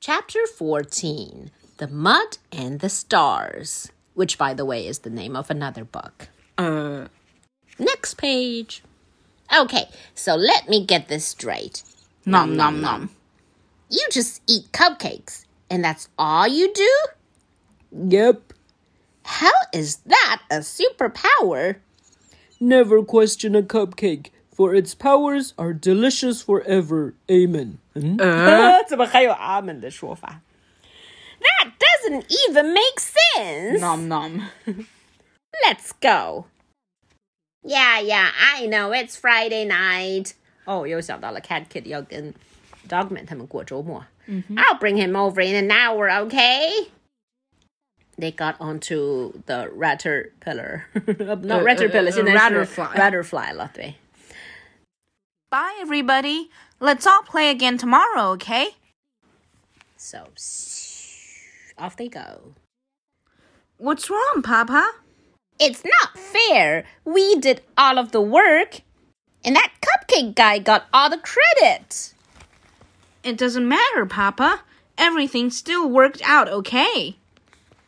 Chapter 14 The Mud and the Stars, which, by the way, is the name of another book. Uh, next page. Okay, so let me get this straight. Nom nom nom. You just eat cupcakes, and that's all you do? Yep, How is that a superpower? never question a cupcake, for its powers are delicious forever. Amen. 嗯， 怎么还有阿门的说法？ That doesn't even make sense. Nom nom. Let's go. Yeah, yeah, I know it's Friday night. Oh, 又想到了 Cat Kid 要跟 Dogman 他们过周末。I'll Mm-hmm. bring him over in an hour, okay? They got onto the Ratterpillar. Not Uh, Ratterpillar, uh, uh, 现在是 Ratterfly. Ratterfly 了，对。 Bye, everybody. Let's all play again tomorrow, okay? So, off they go. What's wrong, Papa? It's not fair. We did all of the work, and that cupcake guy got all the credit. It doesn't matter, Papa. Everything still worked out okay.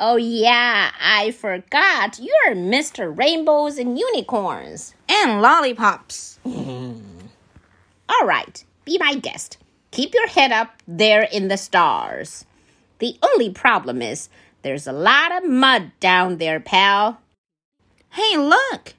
Oh, yeah, I forgot. You're Mr. Rainbows and Unicorns. And lollipops. All right, be my guest. Keep your head up there in the stars. The only problem is there's a lot of mud down there, pal. Hey, look.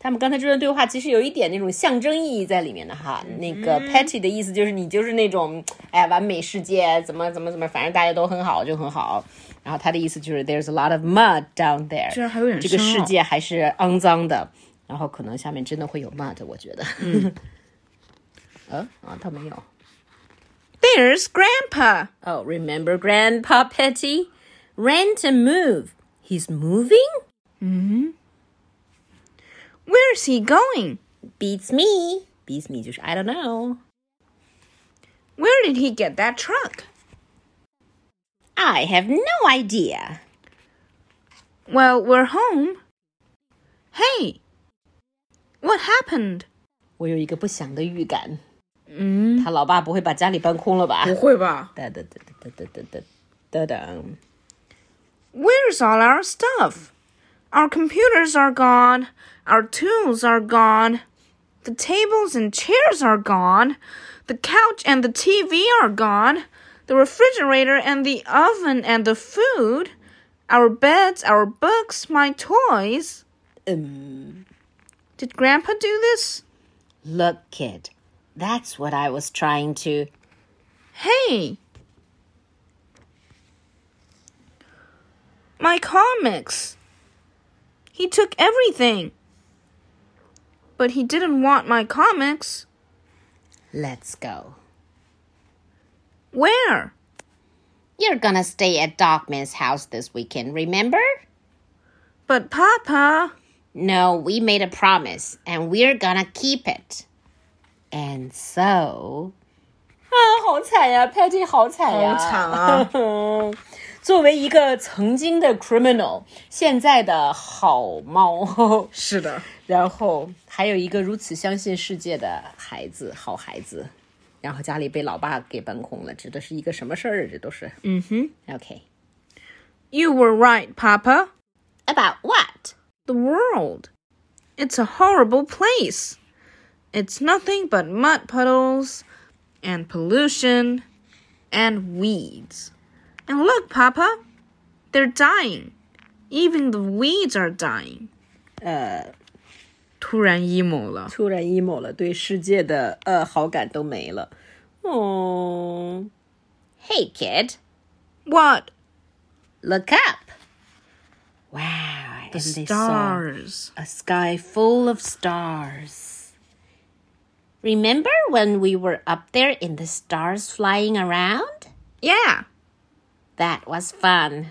他们刚才这段对话其实有一点那种象征意义在里面的哈。那个 Patty 的意思就是你就是那种哎完美世界怎么怎么怎么，反正大家都很好就很好。然后他的意思就是 There's a lot of mud down there，居然还有点这个深世奥界还是肮脏的。然后可能下面真的会有 mud，我觉得。 呃啊，倒没有。 There's Grandpa. Oh, remember Grandpa Petty? Rent and move. He's moving? Where's he going? Beats me. Beats me 就是 I don't know. Where did he get that truck? I have no idea. Well, we're home. Hey, what happened? 我有一个不祥的预感，他老爸不会把家里搬空了吧？哒哒哒哒哒哒哒哒哒。 Where's all our stuff? Our computers are gone. Our tools are gone. The tables and chairs are gone. The couch and the TV are gone. The refrigerator and the oven and the food. Our beds, our books, my toys. Did Grandpa do this? Look, kid, that's what I was trying to. Hey! My comics! He took everything! But he didn't want my comics. Let's go. Where? You're gonna stay at Dogman's house this weekend, remember? But Papa! No, we made a promise, and we're gonna keep it. And so. 啊，好惨呀，Patty，好惨呀， 作为一个曾经的 criminal，现在的好猫， 是的。然后还有一个如此相信世界的孩子，好孩子，然后家里被老爸给搬空了，这都是一个什么事儿啊？这都是，嗯哼，OK。 You were right, Papa. About what? The world. It's a horrible place. It's nothing but mud puddles and pollution and weeds. And look, Papa, they're dying. Even the weeds are dying. Uh, 突然 emo 了。突然 emo 了，对世界的呃好感都没了。哦，Hey kid, What? look up. Wow, the Stars. a sky full of stars. Remember when we were up there in the stars flying around? Yeah. That was fun.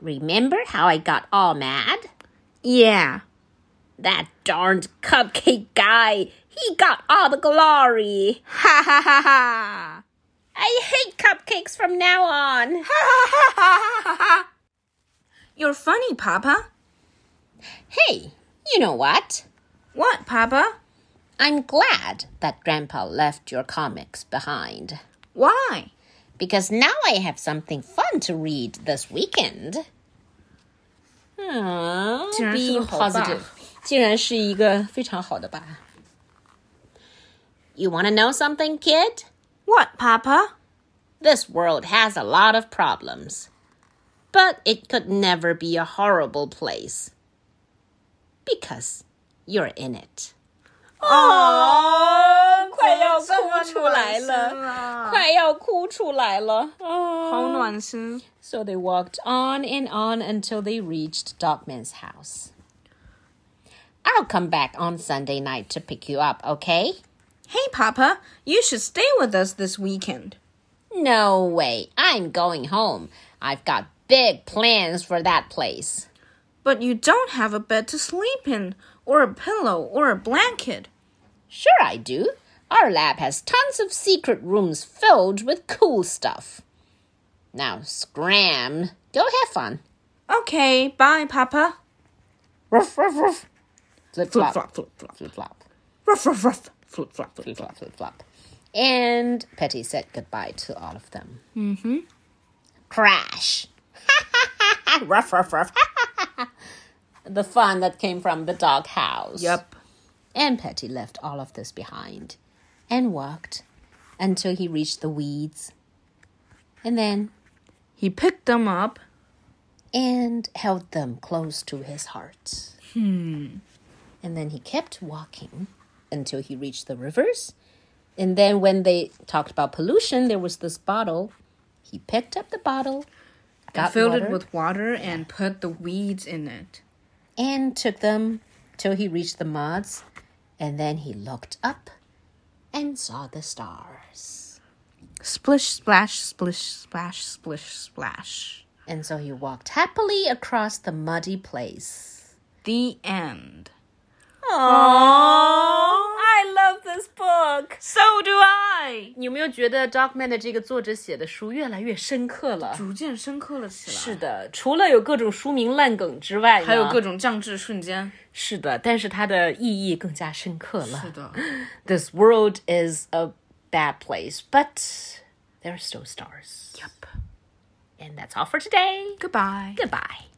Remember how I got all mad? Yeah. That darned cupcake guy. He got all the glory. Ha ha ha ha. I hate cupcakes from now on. You're funny, Papa. Hey, you know what? What, Papa? I'm glad that Grandpa left your comics behind. Why? because now I have something fun to read this weekend. 嗯竟然是个 being 好爸。 positive，竟然是一个非常好的爸。You want to know something, kid? What, Papa? This world has a lot of problems, but it could never be a horrible place because you're in it. 哦，快要哭出来了，快要哭出来了。Oh. 好暖心。 So they walked on and on until they reached Dogman's house. I'll come back on Sunday night to pick you up, okay? Hey, Papa, you should stay with us this weekend. No way. I'm going home. I've got big plans for that place. But you don't have a bed to sleep in, or a pillow, or a blanket. Sure, I do. Our lab has tons of secret rooms filled with cool stuff. Now, scram. Go have fun. Okay, bye, Papa. Ruff, ruff, ruff. Flip Flip flop. flop, flip flop, Flip flop. ruff ruff ruff, flip flop, flip Flip flop, flip flop. And Petty said goodbye to all of them. Mm hmm. Crash. ruff, ruff, ruff. the fun that came from the doghouse. Yep. And Petty left all of this behind and walked until he reached the weeds. And then He picked them up. and held them close to his heart. Hmm. And then he kept walking until he reached the rivers. And then when they talked about pollution, there was this bottle. He picked up the bottle, got filled water, it with water and put the weeds in it. and took them till he reached the muds. And then he looked up and saw the stars. Splish, splash, splish, splash, splish, splash. And so he walked happily across the muddy place. The end. Oh, I love this book. So do I. 你有没有觉得《Dogman》的这个作者写的书越来越深刻了？是的，除了有各种书名烂梗之外呢，逐渐深刻了起来，还有各种降智瞬间。是是的，的，但是它的意义更加深刻了。This world is a bad place, but there are still stars. Yep. And that's all for today. Goodbye. Goodbye.